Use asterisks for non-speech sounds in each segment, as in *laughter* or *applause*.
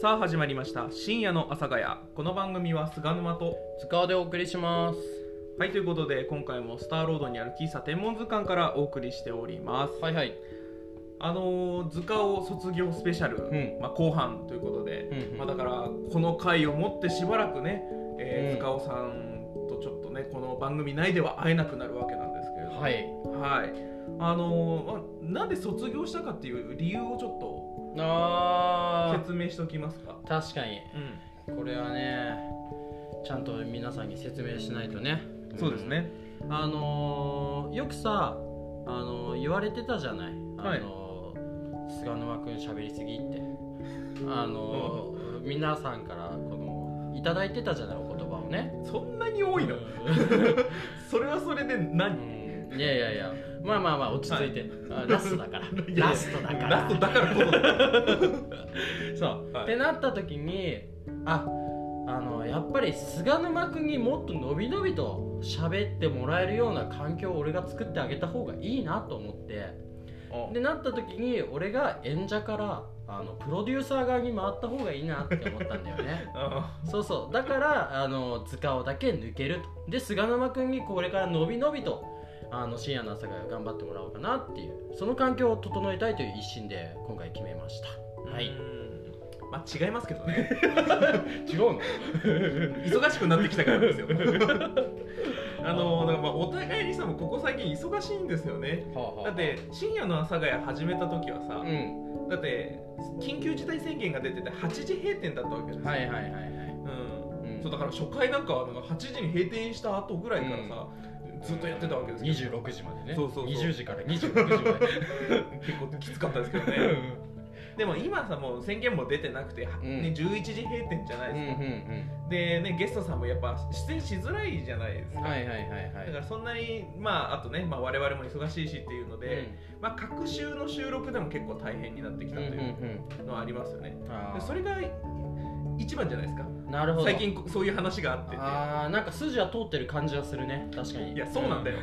さあ始まりました深夜の阿佐ヶ谷この番組は菅沼と塚尾でお送りしますはいということで今回もスターロードにある喫茶天文図鑑からお送りしておりますはいはいあのー、図鑑を卒業スペシャル、うんまあ、後半ということで、うんうんまあ、だからこの回をもってしばらくね、えーうん塚尾さんとちょっとねこの番組内では会えなくなるわけなんですけれどもははいいあのーまあ、なんで卒業したかっていう理由をちょっとあ説明しておきますかー確かにうんこれはねちゃんと皆さんに説明しないとねそうです、ね、うんあのー、よくさ、あのー、言われてたじゃない、はいあのー、菅沼君喋りすぎってあのー、皆さんからこのいただいてたじゃないお言葉をねそんなに多いの、それはそれで何、うんいやいやいやまあまあまあ落ち着いて、あラストだからいやラストだからラストだからこそだそう、はいってなった時にああのやっぱり菅沼君にもっと伸び伸びと喋ってもらえるような環境を俺が作ってあげた方がいいなと思ってでなった時に俺が演者からあのプロデューサー側に回った方がいいなって思ったんだよ *laughs* ねあそうそうだからあの塚尾だけ抜けるとで菅沼君にこれから伸び伸びとあの深夜の朝会を頑張ってもらおうかなっていうその環境を整えたいという一心で今回決めましたはういんまあ違いますけどね違うの忙しくなってきたからですよ *laughs* あのだからまあお互いにさもうここ最近忙しいんですよねはあはあだって深夜の阿佐ヶ谷始めた時はさ、うんだって緊急事態宣言が出てて8時閉店だったわけですよ、はいはいはいはい、うんうんそうだから初回なんかはなんか8時に閉店した後ぐらいからさ、ずっとやってたわけですけど26時までねそうそうそう20時から26時まで *laughs* 結構きつかったですけどねでも今さもう宣言も出てなくて、んね、11時閉店じゃない *laughs* うんですか、うんでねゲストさんもやっぱ出演しづらいじゃないですうか、んはいはいはいはだかいらそんなにまああとね、まあ、我々も忙しいしっていうので、まあ各週の収録でも結構大変になってきうんたうとんいううんのはありますよね、うんあでーそれが一番じゃないですかなるほど最近こそういう話があっててああなんか筋は通ってる感じはするね確かにいやそうなんだよ、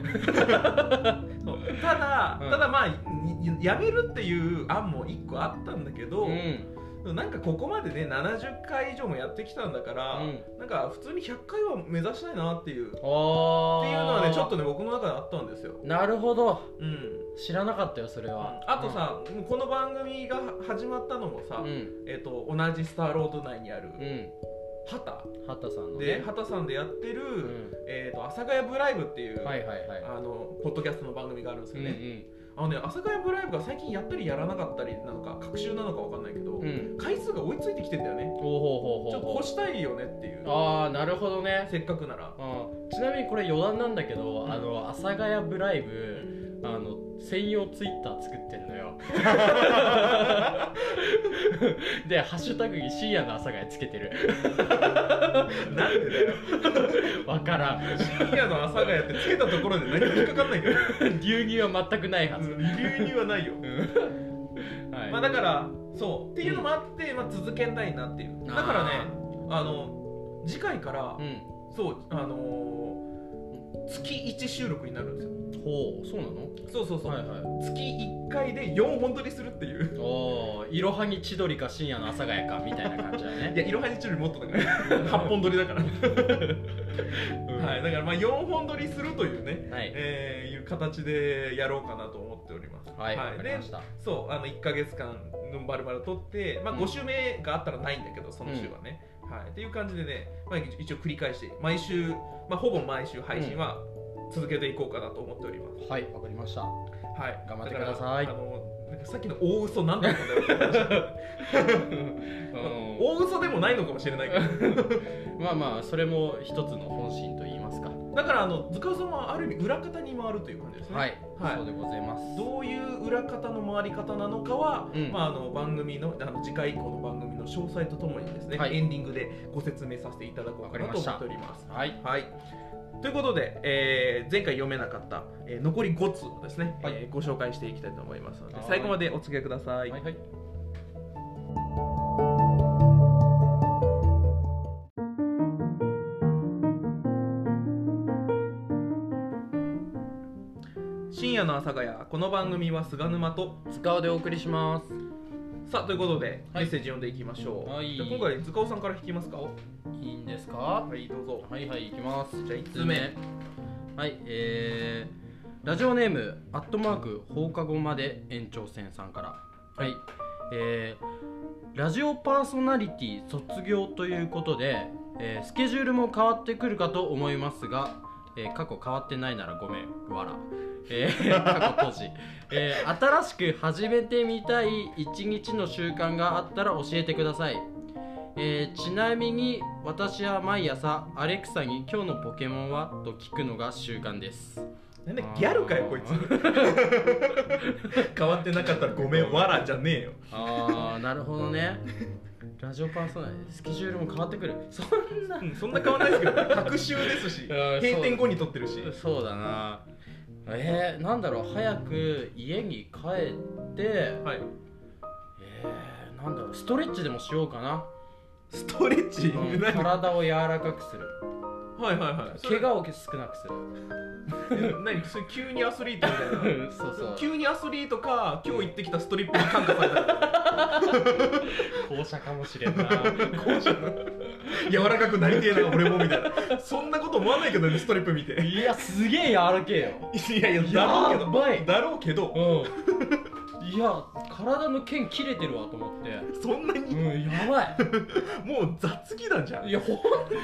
*laughs* そうただ、うんただまあにやめるっていう案も一個あったんだけうど、んうんなんかここまでね70回以上もやってきたんだから、うんなんか普通に100回は目指したいなっていうっていうおーのはねちょっとね僕の中であったんですよ、なるほどうん、知らなかったよそれはあとさ、もうこの番組が始まったのもさ、うんえっと同じスターロード内にあるうん畑畑さんのねで畑さんでやってる「うえっと阿佐ヶ谷ブライブ」っていんう、はいはいはいあのポッドキャストの番組があるんですうよんね、あのね阿佐ヶ谷ブライブが最近やったりやらなかったりなのか隔週なのかわかんないけど、うんうん回数が追いついてきてんだよねおーほうほうほうほうちょっとこうしたいよねっていうああなるほどねせっかくな *laughs* らうんちなみにこれ余談なんだけど、うんあの阿佐ヶ谷ブライブ、あの専用ツイッター作ってんの *laughs* よでハッシュタグに深夜の阿佐ヶ谷つけてるなんでだよわからん深夜の阿佐ヶ谷ってつけたところで何も引っかかんないけど流入は全くないはず、流入はないよはいまあだからそうっていうのもあって、まあ、続けたいなっていうだからねあの次回から、うんそうあのー月1収録になるんですよほうそうなのそうそうそう、はいはい月1回で4本撮りするっていうおーいろはに千鳥か深夜の阿佐ヶ谷かみたいな感じだ *laughs* いやねいろはにちよりもっとだから *laughs* 8本撮りだから、はい、だからまあ4本撮りするというね、はいえーいう形でやろうかなと思っておりますはい、わかりでましたそうあの1か月間のバルバル撮って、まあ、うん5週目があったらないんだけどその週はね、はい、っていう感じでね、まあ、一一応繰り返して毎週、まあ、ほぼ毎週配信は続けていこうかなと思っております、はいわかりましたはい、頑張ってからくださいあのなんかさっきの大嘘なんだったんだ *laughs* ようん大嘘でもないのかもしれないけどまあまあそれも一つの本心と言いますかだからあの塚尾さんはある意味裏方に回るという感じですね、はい、はいそうでございます。どういう裏方の回り方なのかは、うんまあ、あの番組のあの次回以降の番組の詳細とともにですね、はいエンディングでご説明させていただこうかなと思っております。はい、はい、ということで、えー前回読めなかった、えー残り5通をですね、はいえーご紹介していきたいと思いますのではい最後までお付き合いください。はい、はい。深夜の阿佐ヶ谷この番組は菅沼と使うでお送りします。さあということで、はいメッセージ読んでいきましょう、はいじゃあ今回塚尾さんから引きますかはいいんですかいどうぞはいはい行きますじゃあ1つ一つ目目はいえー、ラジオネームアットマーク放課後まで延長戦さんからはいえー、ラジオパーソナリティ卒業ということで、えースケジュールも変わってくるかと思いますが、えー過去変わってないならごめんわら、えー過去当時、えー新しく始めてみたい一日の習慣があったら教えてくださいえーちなみに私は毎朝アレクサに「今日のポケモンは?」と聞くのが習慣ですなんでギャルかよこい *laughs* つ変わってなかったらごめんわらじゃねえよああ *laughs* なるほどねラジオパーソナリティスケジュールも変わってくるそんなうんそんな変わんないですけど隔週ですしうん閉店後に撮ってるしそうだなえー、なんだろう早く家に帰ってはいえー、なんだろうストレッチでもしようか *laughs* な、ストレッチ、うん何はい体を柔らかくするはいはいそれ怪我を少なくする何それ急にアスリートみたい *laughs* そうそなう急にアスリートか今日行ってきたストリップに感化され *laughs* た校舎かもしれんな柔らかくなりてえな俺もみたいなそんなこと思わないけどねストリップ見て *laughs* いやすげえ柔らけえよいやいやだろうけやどばいだろうけどうんいや体の剣切れてるわと思ってそんなうにんやばもう雑技団じゃんいいやほんい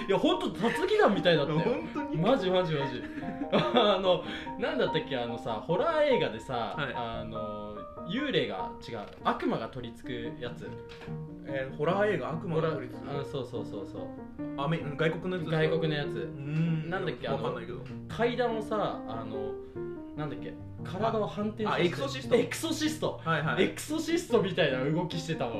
やほんと雑技団みたいだったよ本当にマジマジマジあのなんだったっけあのさホラー映画でさ、はいあの幽霊が違う悪魔が取り付くやつえーホラー映画悪魔ホラのー孤立あそうそうそうそうアメうん外国のやつ外国ののやつうんなんだっけわあかんのないけど階段をさあのなんだっけ体を反転させてあエクソシストエクソシストはいはエいクソシストみたいな動きしてたわ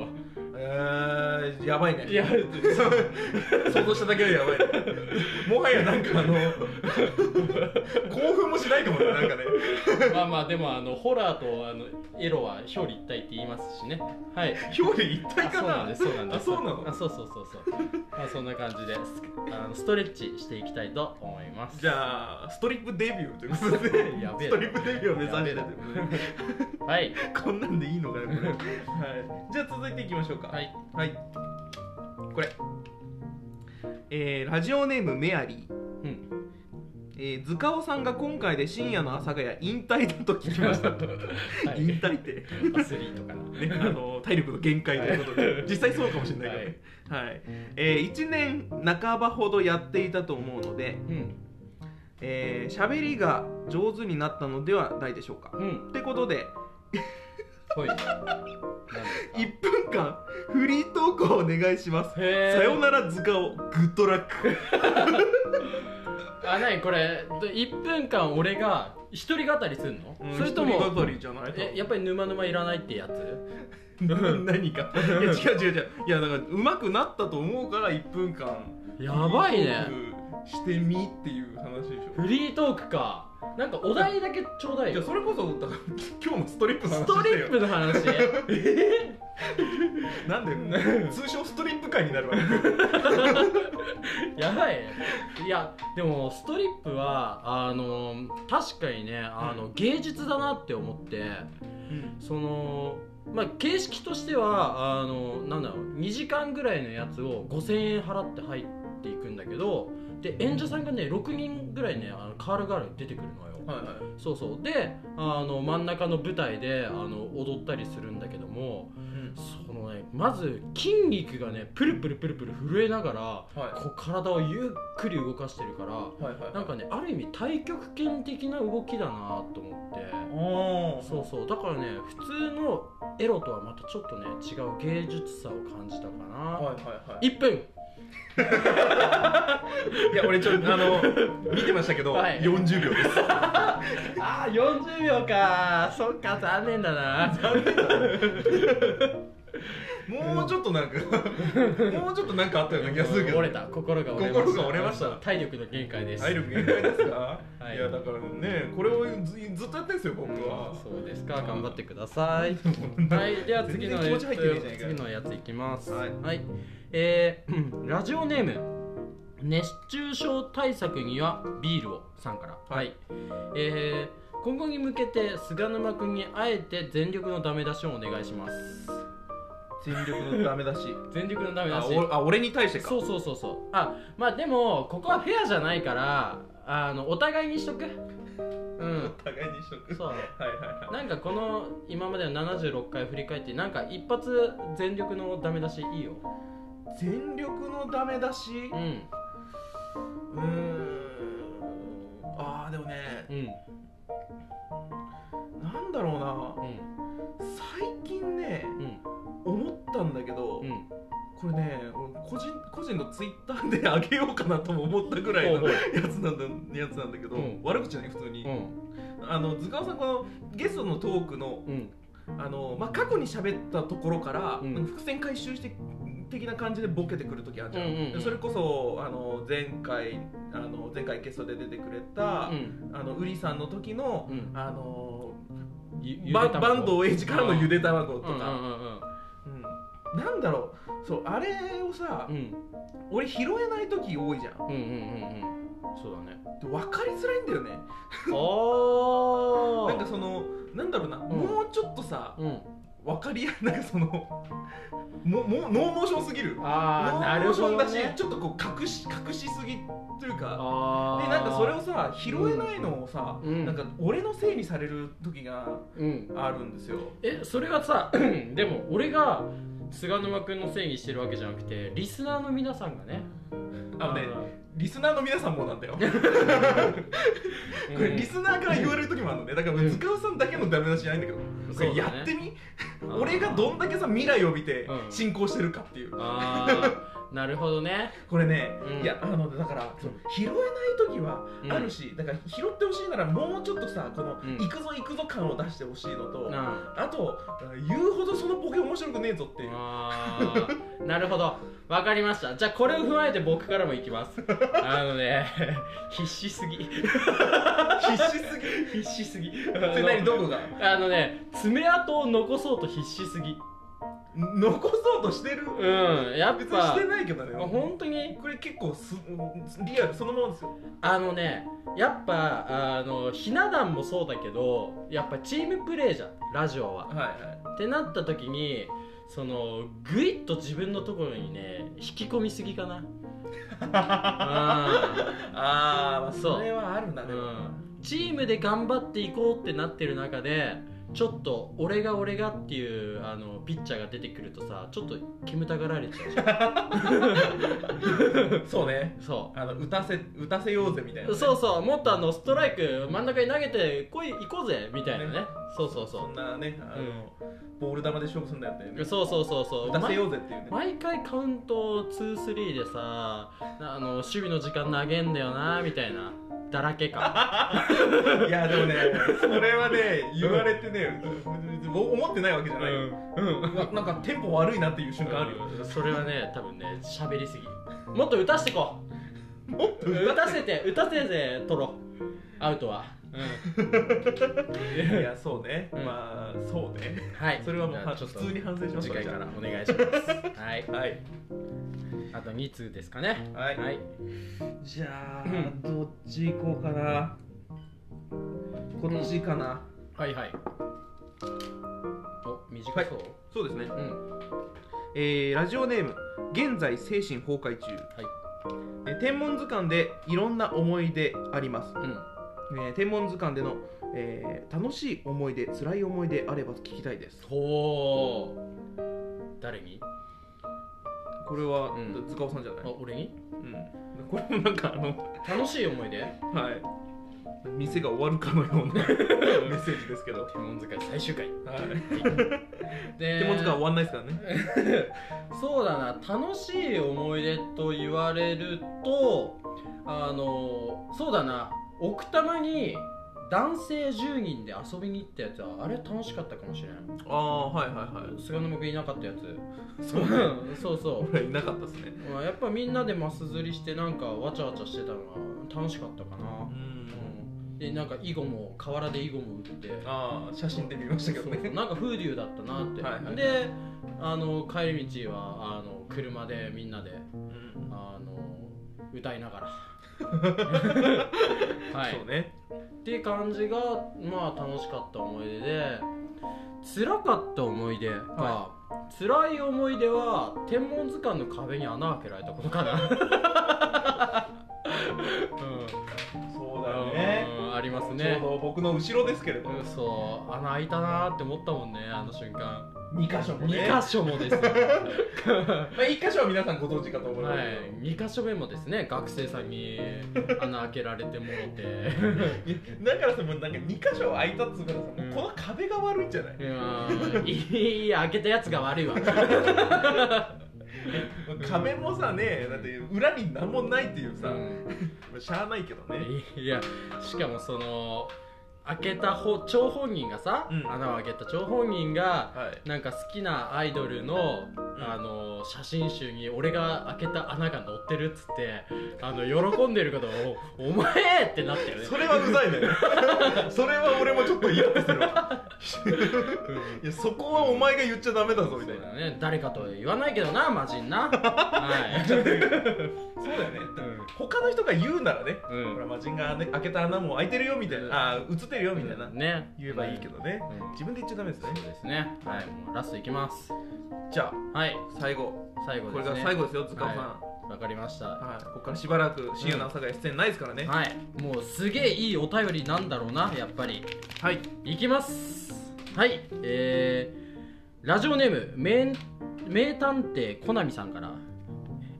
えーやばいねいや想像しただけでやばいねもはやなんかあの興奮もしないかもねなんかね *laughs* まあまあでもあのホラーとあのエロは表裏一体って言いますしねはい表現一体あかそうななんですそうなんですあそうなのあそうそうそうそうまあそんな感じですあのストレッチしていきたいと思いますじゃあストリップデビューということで *laughs* やべえストなリップデビューを目指してということではいこんなんでいいのかなこれ、はい、じゃあ続いていきましょうかはいはいこれえーラジオネームメアリー、 *laughs* うんえー、塚尾さんが今回で深夜の阿佐ヶ谷引退だと聞きました、はい引退ってアスリートかなね、あの体力の限界ということで、はい実際そうかもしれないけどね、はいえー1年半ばほどやっていたと思うのでうんえー喋、りが上手になったのではないでしょうかうんってことでほいなんです1分間フリートークをお願いしますかさへよならら塚をグッドラックあなにこれ1分間俺が一人語りすんの、それと一人も語りじゃないとえやっぱり沼沼いらないってやつ *laughs* 何かいや違う違う違ういやだから上手くなったと思うから1分間やばいフリーねトークしてみっていう話でしょフリートークかなんかお題だけちょうだいいやよそれこそだから今日のストリップの話スしてよトリップの *laughs* 話えなんで通称ストリップ界になるわけやばいいやでもストリップはあの確かにねあの、芸術だなって思ってそのまあ形式としてはあのなんだろう2時間ぐらいのやつを5000円払って入っていくんだけどで演者さんがね6人ぐらいねあのカールガールに出てくるのよ、はいはいそうそうであの真ん中の舞台であの踊ったりするんだけどもうんそのねまず筋肉がねプルプルプルプル震えながらはこう体をゆっくり動かしてるからいはいはいなんかねある意味太極拳的な動きだなと思っておそうそうだからね普通のエロとはまたちょっとね違う芸術さを感じたかーな、はいはいは一1分いいや俺ちょっとあの見てましたけど、はい40秒ですあー40秒かそっか残念だなもうちょっとなんかもうちょっとなんかあったような気がするけど折れた心が折れました心が折れましたそう体力の限界です体力限界ですか、はいい、やだからねこれをずずっとやってるんですよ僕は、そうですか頑張ってください *laughs* はい、では次の全然気持ち入やつってねえじゃねえかよ次のやついきます。はいえーうんラジオネーム熱中症対策にはビールをさんから。はい。えー今後に向けて菅沼君にあえて全力のダメ出しをお願いします。全力のダメ出し全力のダメ出あしおあ俺に対してかそうそうそうそうあまあでもここはフェアじゃないからあのお互いにしとくうん互いにしとくそうはいはいはいなんかこの今までの76回振り返ってなんか一発全力のダメ出しいいよ全力のダメ出しううんーんあーでもねうんなんだろうなうん最近ねうん思ったんだけど、うんこれね俺個人個人のツイッターであげようかなとも思ったぐらいのほうやつなんだやつなんだけど、うん悪口じゃない普通に、ほうあの塚尾さんこのゲストのトークのうんうんあの、まあ、過去に喋ったところから、うんなんか伏線回収して的な感じでボケてくる時あるじゃん,、うんうんうんそれこそあの前回あの前回ゲストで出てくれた、うんあのウリさんの時の、うんあのゆゆバで卵バンドエイジからのゆで卵とか、うんうんうんうんなんだろうそうあれをさ、うん俺拾えない時多いじゃんうんうんうんうんそうだねで分かりづらいんだよねおなんかそのなんだろうな、もうちょっとさうん分かりやなんかそのももノーモーションすぎるああなるほどだし、ねちょっとこう隠し隠しすぎというかあでーなんかそれをさ拾えないのをさ、うんなんか俺のせいにされる時がうんあるんですよえそれはさでも俺が菅沼君の正義してるわけじゃなくてリスナーの皆さんがねあのねリスナーの皆さんもなんだよこうんれリスナーから言われる時もあるのねだからうん塚尾さんだけのダメ出しじゃないんだけどこれやってみ、俺がどんだけさ未来を見てうん進行してるかっていうあーなるほどねこれね、ういんやあのだからそう拾えない時はあるし、だから拾ってほしいならもうちょっとさこの、うん行くぞ行くぞ感を出してほしいのと、なあと言うほどそのボケ面白くねえぞっていうあー *laughs* なるほどわかりましたじゃあこれを踏まえて僕からもいきますあのね *laughs* 必死すぎ必死すぎ *laughs* 必死すぎそれ何どこがあのね爪痕を残そうと必死すぎ残そうとしてる、うんやっ別にぱしてないけどね本当にこれ結構すリアルそのままですよあのねやっぱあのひな壇もそうだけどやっぱチームプレーじゃんラジオははいはいってなった時にそのグイッと自分のところにね引き込みすぎ *laughs* かなああー、まあそうそれはあるなーでうも、んチームで頑張っていこうってなってる中でちょっと俺が俺がっていうあのピッチャーが出てくるとさちょっと煙たがられちゃうじゃんそうねそあの打たせ打たせようぜみたいなね、うそうそうもっとあのストライク真ん中に投げてこい行こうぜみたいなねねそうそうそうそんなねあの、ボール球で勝負するんだよって、ね、そうそうそうそう打たせようぜっていうね毎回カウント23でさあの守備の時間投げんだよなみたいなだらけ *laughs* かいやでもねそれはね言われてね、お思ってないわけじゃない、ようわ *laughs* なんかテンポ悪いなっていう瞬間あるよ、うんそ *laughs* れはね多分ね喋りすぎもっと打たしてこもっとう歌打ったせて打たせて取ろうアウトは、ていやそうね、うんまあそうねはいそれはもうじゃあはちょ普っと通に反省しまし次た回からお願いしますはいはいあと2通ですかねはい、はいじゃあ、うんどっち行こうかなこっちかな、はいはいお短そう、そうですねうんえーラジオネーム現在精神崩壊中、えー天文図鑑でいろんな思い出ありますうんえー天文図鑑での、えー楽しい思い出辛い思い出あれば聞きたいですほう誰にこれは、うん塚尾さんじゃないあ、俺にうん、これもなんかあの楽しい思い出はい店が終わるかのよう *laughs* なメッセージですけど、はい、天文図鑑最終回で手文図鑑終わんないですからね *laughs* そうだな楽しい思い出と言われるとあのそうだな奥多摩に男性10人で遊びに行ったやつはあれ楽しかったかもしれんああはいはいはい菅沼君いなかったやつそうねうんそうそ俺いなかったですねうまあやっぱみんなでマス釣りしてなんかわちゃわちゃしてたのが楽しかったかなうんでなんか囲碁も河原で囲碁も打ってああ写真で見ましたけどそうそうねなんか風流だったなって、はいはいはいであの帰り道はあの車でみんなでうんあの歌いな *laughs* がらはいそうねっていう感じがまあ楽しかった思い出で辛かった思い出が、は辛い思い出は天文図鑑の壁に穴開けられたことかな、、そううんだよねうんありますちょねうど僕の後ろですけれどもうんそう穴開いたなーって思ったもんねあの瞬間2箇所もね2箇所も *laughs* ですねまあ、1箇所は皆さんご存知かと思いますはけい、2箇所目もですね学生さんに穴開けられてもろてど、だからさもうなんか2箇所開いたっつうからさ、もううんこの壁が悪いんじゃない、いやーいい開けたやつが悪いわ壁もさねだって裏に何もないっていうさ、うまあしゃあないけどねんいやしかもその開けた方張本人がさ、うん穴を開けた張本人がはいなんか好きなアイドルの、んあの写真集に俺が開けた穴が載ってるっつってあの喜んでることを「おお前!」ってなったよねそれはうざいねそれは俺もちょっとイラッとするわいやそこはお前が言っちゃダメだぞみたそういなだね誰かとは言わないけどなマジンなはい、そうだよね他の人が言うならね、うんほらマジンが、ね、開けた穴も開いてるよみたいな、うんあー映ってるよみたいな、ね言えばいいけどね、うん自分で言っちゃダメですねそうですねはいもうラストいきますじゃあはい最後最後こでれすがね最後ですよ塚尾さん、はわかりましたはい、ここからしばらく深夜の朝が出演ないですからね、はいもうすげえいいお便りなんだろうなやっぱりはいいきますはいえー、ラジオネーム名名探偵コナミさんから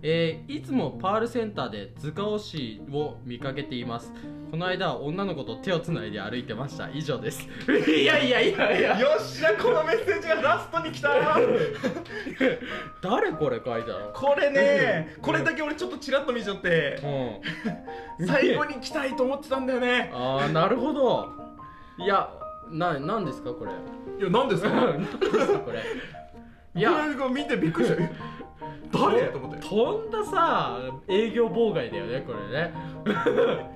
えーいつもパールセンターで塚尾氏を見かけていますこの間は女の子と手をつないで歩いてました以上です *laughs* いやいやいやいやよっしゃこのメッセージがラストに来た *laughs* 誰これ書いたのこれねこれだけ俺ちょっとチラッと見ちゃってうん最後に来たいと思ってたんだよねああなるほどいやななんですかこれいや何ですか何ですかこれいいやや見てびっくり *laughs* したえ誰と思って飛んださ営業妨害だよねこれね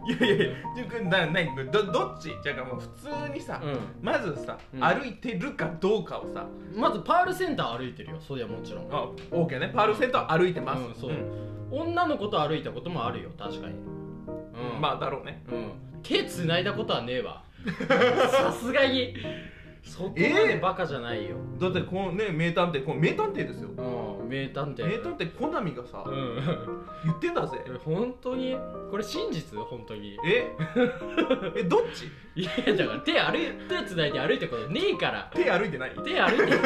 いやいやいやじゃあな何どどっちじゃあもう普通にさ、うまずさ、うん歩いてるかどうかをさんまずパールセンター歩いてるよそりゃもちろんあ OK ねパールセンター歩いてます、うんそう、ん女の子と歩いたこともあるよ確かにうんまあだろうねうん手つないだことはね *laughs* えわさすがにそこまでバカじゃないよ、だってこのね名探偵この名探偵ですようん名探偵名探偵コナミがさ、うん言ってんだぜ本当にこれ真実本当に *laughs* ええどっちいやだから手歩い手つないで歩いたことねえから手歩いてない手歩いて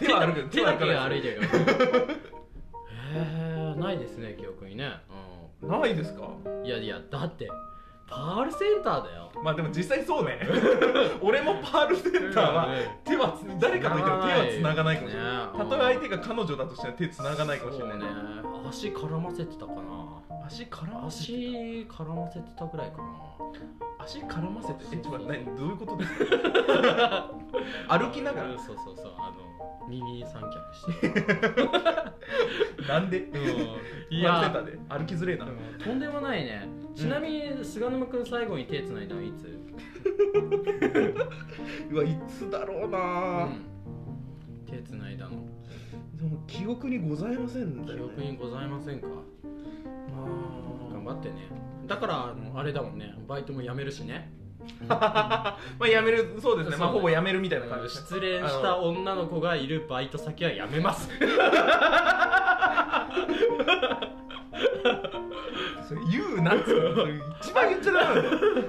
手は歩く手だけ手はが歩歩いいてるからへえないですね記憶にね、ないですかうん、いやいやだってパールセンターだよまあでも実際そう *laughs* ね俺もパールセンターは手はつ誰かといっても手はつながないかもしれねなういんたとえ相手が彼女だとしても手つながないかもしれない、そうね足絡ませてたかな足絡ませ足て絡ませてたぐらいか足絡ませてえちょっと待ってそう何どういうことですかな歩きながうらんそうそうそうあの二人三脚してなんでた、うん、いパールセンタやーで歩きづれえな、うんとんでもないねちなみに菅沼君最後に手つないだのいつうわいつだろうな、うん手つないだのでも記憶にございませんだ記よ、ね、憶にございませんか頑ま張ってねだからあのあれだもんねバイトも辞めるしねあまあやめるそうですねまあそうほねぼやめるみたいな感じですね失恋した女の子がいるバイト先は辞めますそれ言うなんつうのそれ一番言っちゃダメなんだよそ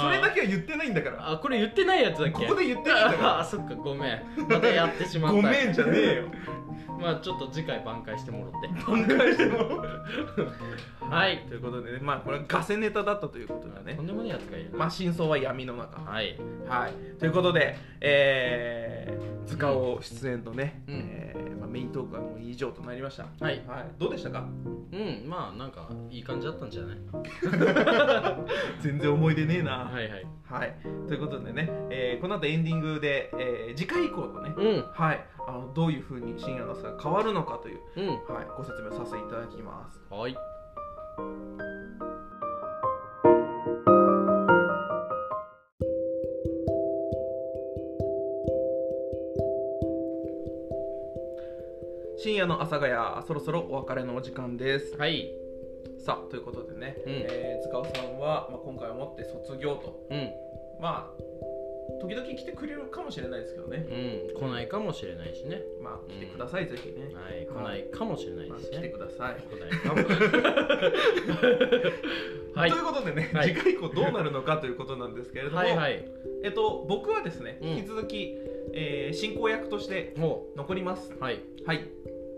*laughs* それだけは言ってないんだからあこれ言ってないやつだっこけこで言ってないんだ *laughs* あかあそっかごめんまたやってしらまっごためんじゃねえ *laughs* よまあちょっと次回挽回してもろって挽回してもはいということでねまあこれはガセネタだったということだねとんでもないやつがいるまあ真相は闇の中はいはいということでえー、塚尾出演とね、うんえーまあ、メイントークはもう以上となりましたはいはい、どうでしたかうんまあなんかいい感じだったんじゃない全然思い出ねえな、はいはいはい、ということでね、えーこの後エンディングで、えー次回以降とね、うんはい、あのどういうふうに深夜の朝が変わるのかという、うんはい、ご説明させていただきます。はい深夜の朝がや、そろそろお別れのお時間です。はいさあ、ということでね、うんえー塚尾さんは、まあ、今回をもって卒業と、うんまあ、時々来てくれるかもしれないですけどねうん来ないかもしれないしねまあ来てください、ぜひね、はい来ないかもしれないまあ、です来てねください、来ないかもしれない *laughs* はいということでね、はい次回以降どうなるのかということなんですけれども、はいはいえっと、僕はですねうん引き続き、えー進行役としてほ残りますうはいはい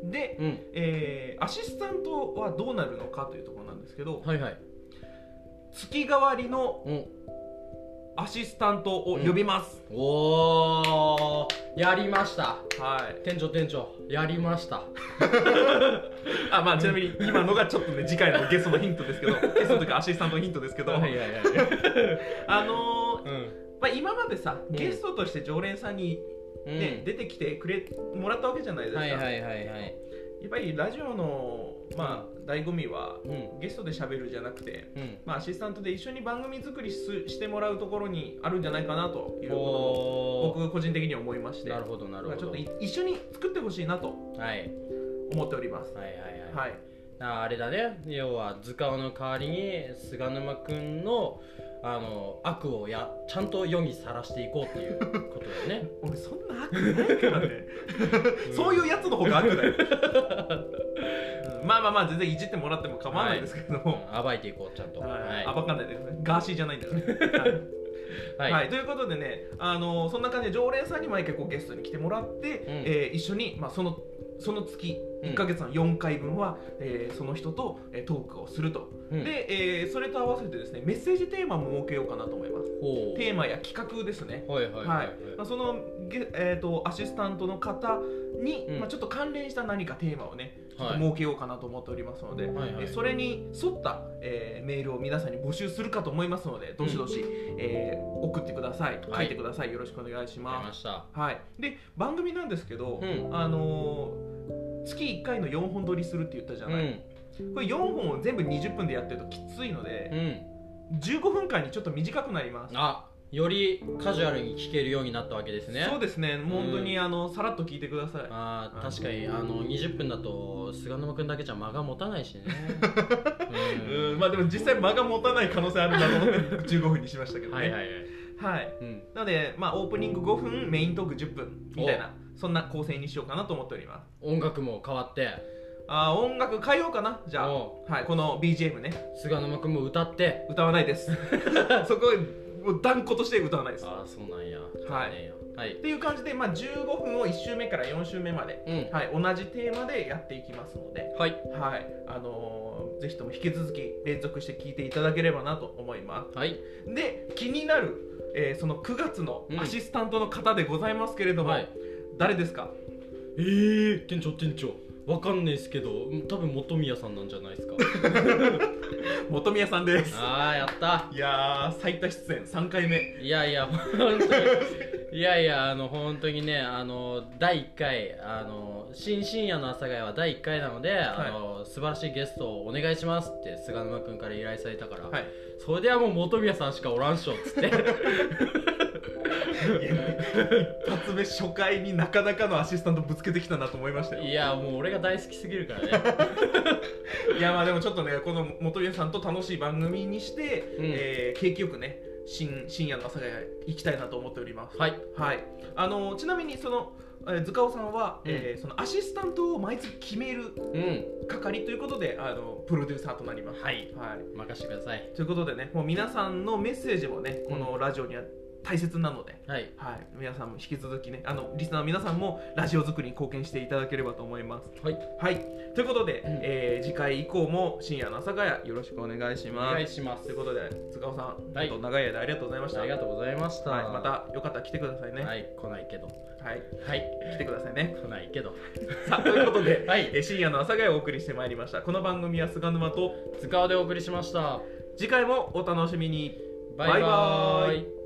で、うんえーアシスタントはどうなるのかというところなんですけどはいはい月替わりのうんアシスタントを呼びます、おーやりましたはい店長店長やりましたあまあちなみに今のがちょっとね次回のゲストのヒントです *laughs* けどゲストというかアシスタントのヒントですけど、はいはいはいあのーうんまあ、今までさんゲストとして常連さんに、うんね出てきてくれもらったわけじゃないですか、はいはいはいはいやっぱりラジオのまあ醍醐味はうんゲストで喋るじゃなくてうんまあ、アシスタントで一緒に番組作りすしてもらうところにあるんじゃないかなというこおとーを僕個人的に思いましてなるほどなるまあほちょっどとはいい一緒に作ってほしいなとはい思っております。はいはいはいはい、ああれだね要は図鑑の代わりに菅沼くんのあの悪をやちゃんと世にさらしていこうっていうことだよ *laughs* ね俺そんな悪ないからねそういうやつの方が悪 *laughs* だようんまあまあまあ全然いじってもらっても構わないですけれどうも、ん暴いていこうちゃんとはいは暴かないでくださいガーシーじゃないんだから、はいいはいはいということでね、あのそんな感じで常連さんに毎回こうゲストに来てもらって、えー一緒に、まあ、そのその月うん1か月の4回分は、えーその人と、えートークをすると、うんで、えーそれと合わせてですねメッセージテーマも設けようかなと思いますほうテーマや企画ですねはいはいはいはいまあ、その、げえー、とアシスタントの方に、うんまあ、ちょっと関連した何かテーマをねちょっとはい設けようかなと思っておりますので、はいはいえーそれに沿った、えーメールを皆さんに募集するかと思いますのでどしどし、えー送ってください書いてください、よろしくお願いしわまかりすましたはい、で番組なんですけど、うんあのー月1回の4本撮りするって言ったじゃない、これ4本を全部20分でやってるときついのうんで、うん15分間にちょっと短くなりますあよりカジュアルに聞けるようになったわけですねそうですねもう本当に、うあのさらっと聞いてくださいあーはい確かにあの20分だと菅沼君だけじゃ間が持たないしね *laughs* うんうんまあでも実際間が持たない可能性あるなと思って *laughs* 15分にしましたけどねはいはいはい、はいうん、なので、まあ、オープニング5分メイントーク10分みたいなそんな構成にしようかなと思っております音楽も変わってあー音楽変えようかなじゃあ、おはい、この BGM ね菅沼君も歌って歌わない *laughs* ですそこもう断固として歌わないですっああそうなんやはいいはいていう感じで、まあ、15分を1週目から4週目まで、うんはい、同じテーマでやっていきますので、はいはいあのーぜひとも引き続き連続して聞いていただければなと思いまはいすで気になる、えーその9月のうんアシスタントの方でございますけれども、はい誰ですかえー、店長店長わかんないですけど多分本宮さんなんじゃな *laughs* いですか本宮さんですああやったいやー最多出演3回目いやいや、本当に。いやいや、あの、本当にね、あの、第1回、あの、新深夜の朝会は第1回なので、あの、素晴らしいゲストをお願いしますって、菅沼くんから依頼されたから、はいそれではもう本宮さんしかおらんっしょ、つって。 *laughs* いや一発目初回になかなかのアシスタントぶつけてきたなと思いましたよいや、もう俺が大好きすぎるからね。いやまあでもちょっとねこの元家さんと楽しい番組にして、うんえー景気よくね深深夜の朝が行きたいなと思っておりますはい。はいあのちなみにその、えー、塚尾さんは、えーそのアシスタントを毎月決めるうん。係ということであのプロデューサーとなりますはい。はい任せてください。ということでねもう皆さんのメッセージもねこのラジオには大切なので、はい。はい、皆さんも引き続きねあのリスナーの皆さんもラジオ作りに貢献していただければと思いますはい。はい、ということで、うんえー次回以降も深夜の朝ヶ谷よろしくお願いしおます。願いしますという。ことで塚尾さん、はいちょっと長い間ありがとうございました。ありがとうございました。はい、またよかったら来てくださいね。は、はいい、来ないけど。はい。来てくださいね。 *laughs* 来ないけど。さあということで、はいえー深夜の朝ヶ谷をお送りしてまいりました。この番組は菅沼と塚尾でお送りしました。次回もお楽しみに。バイババイバーーイイ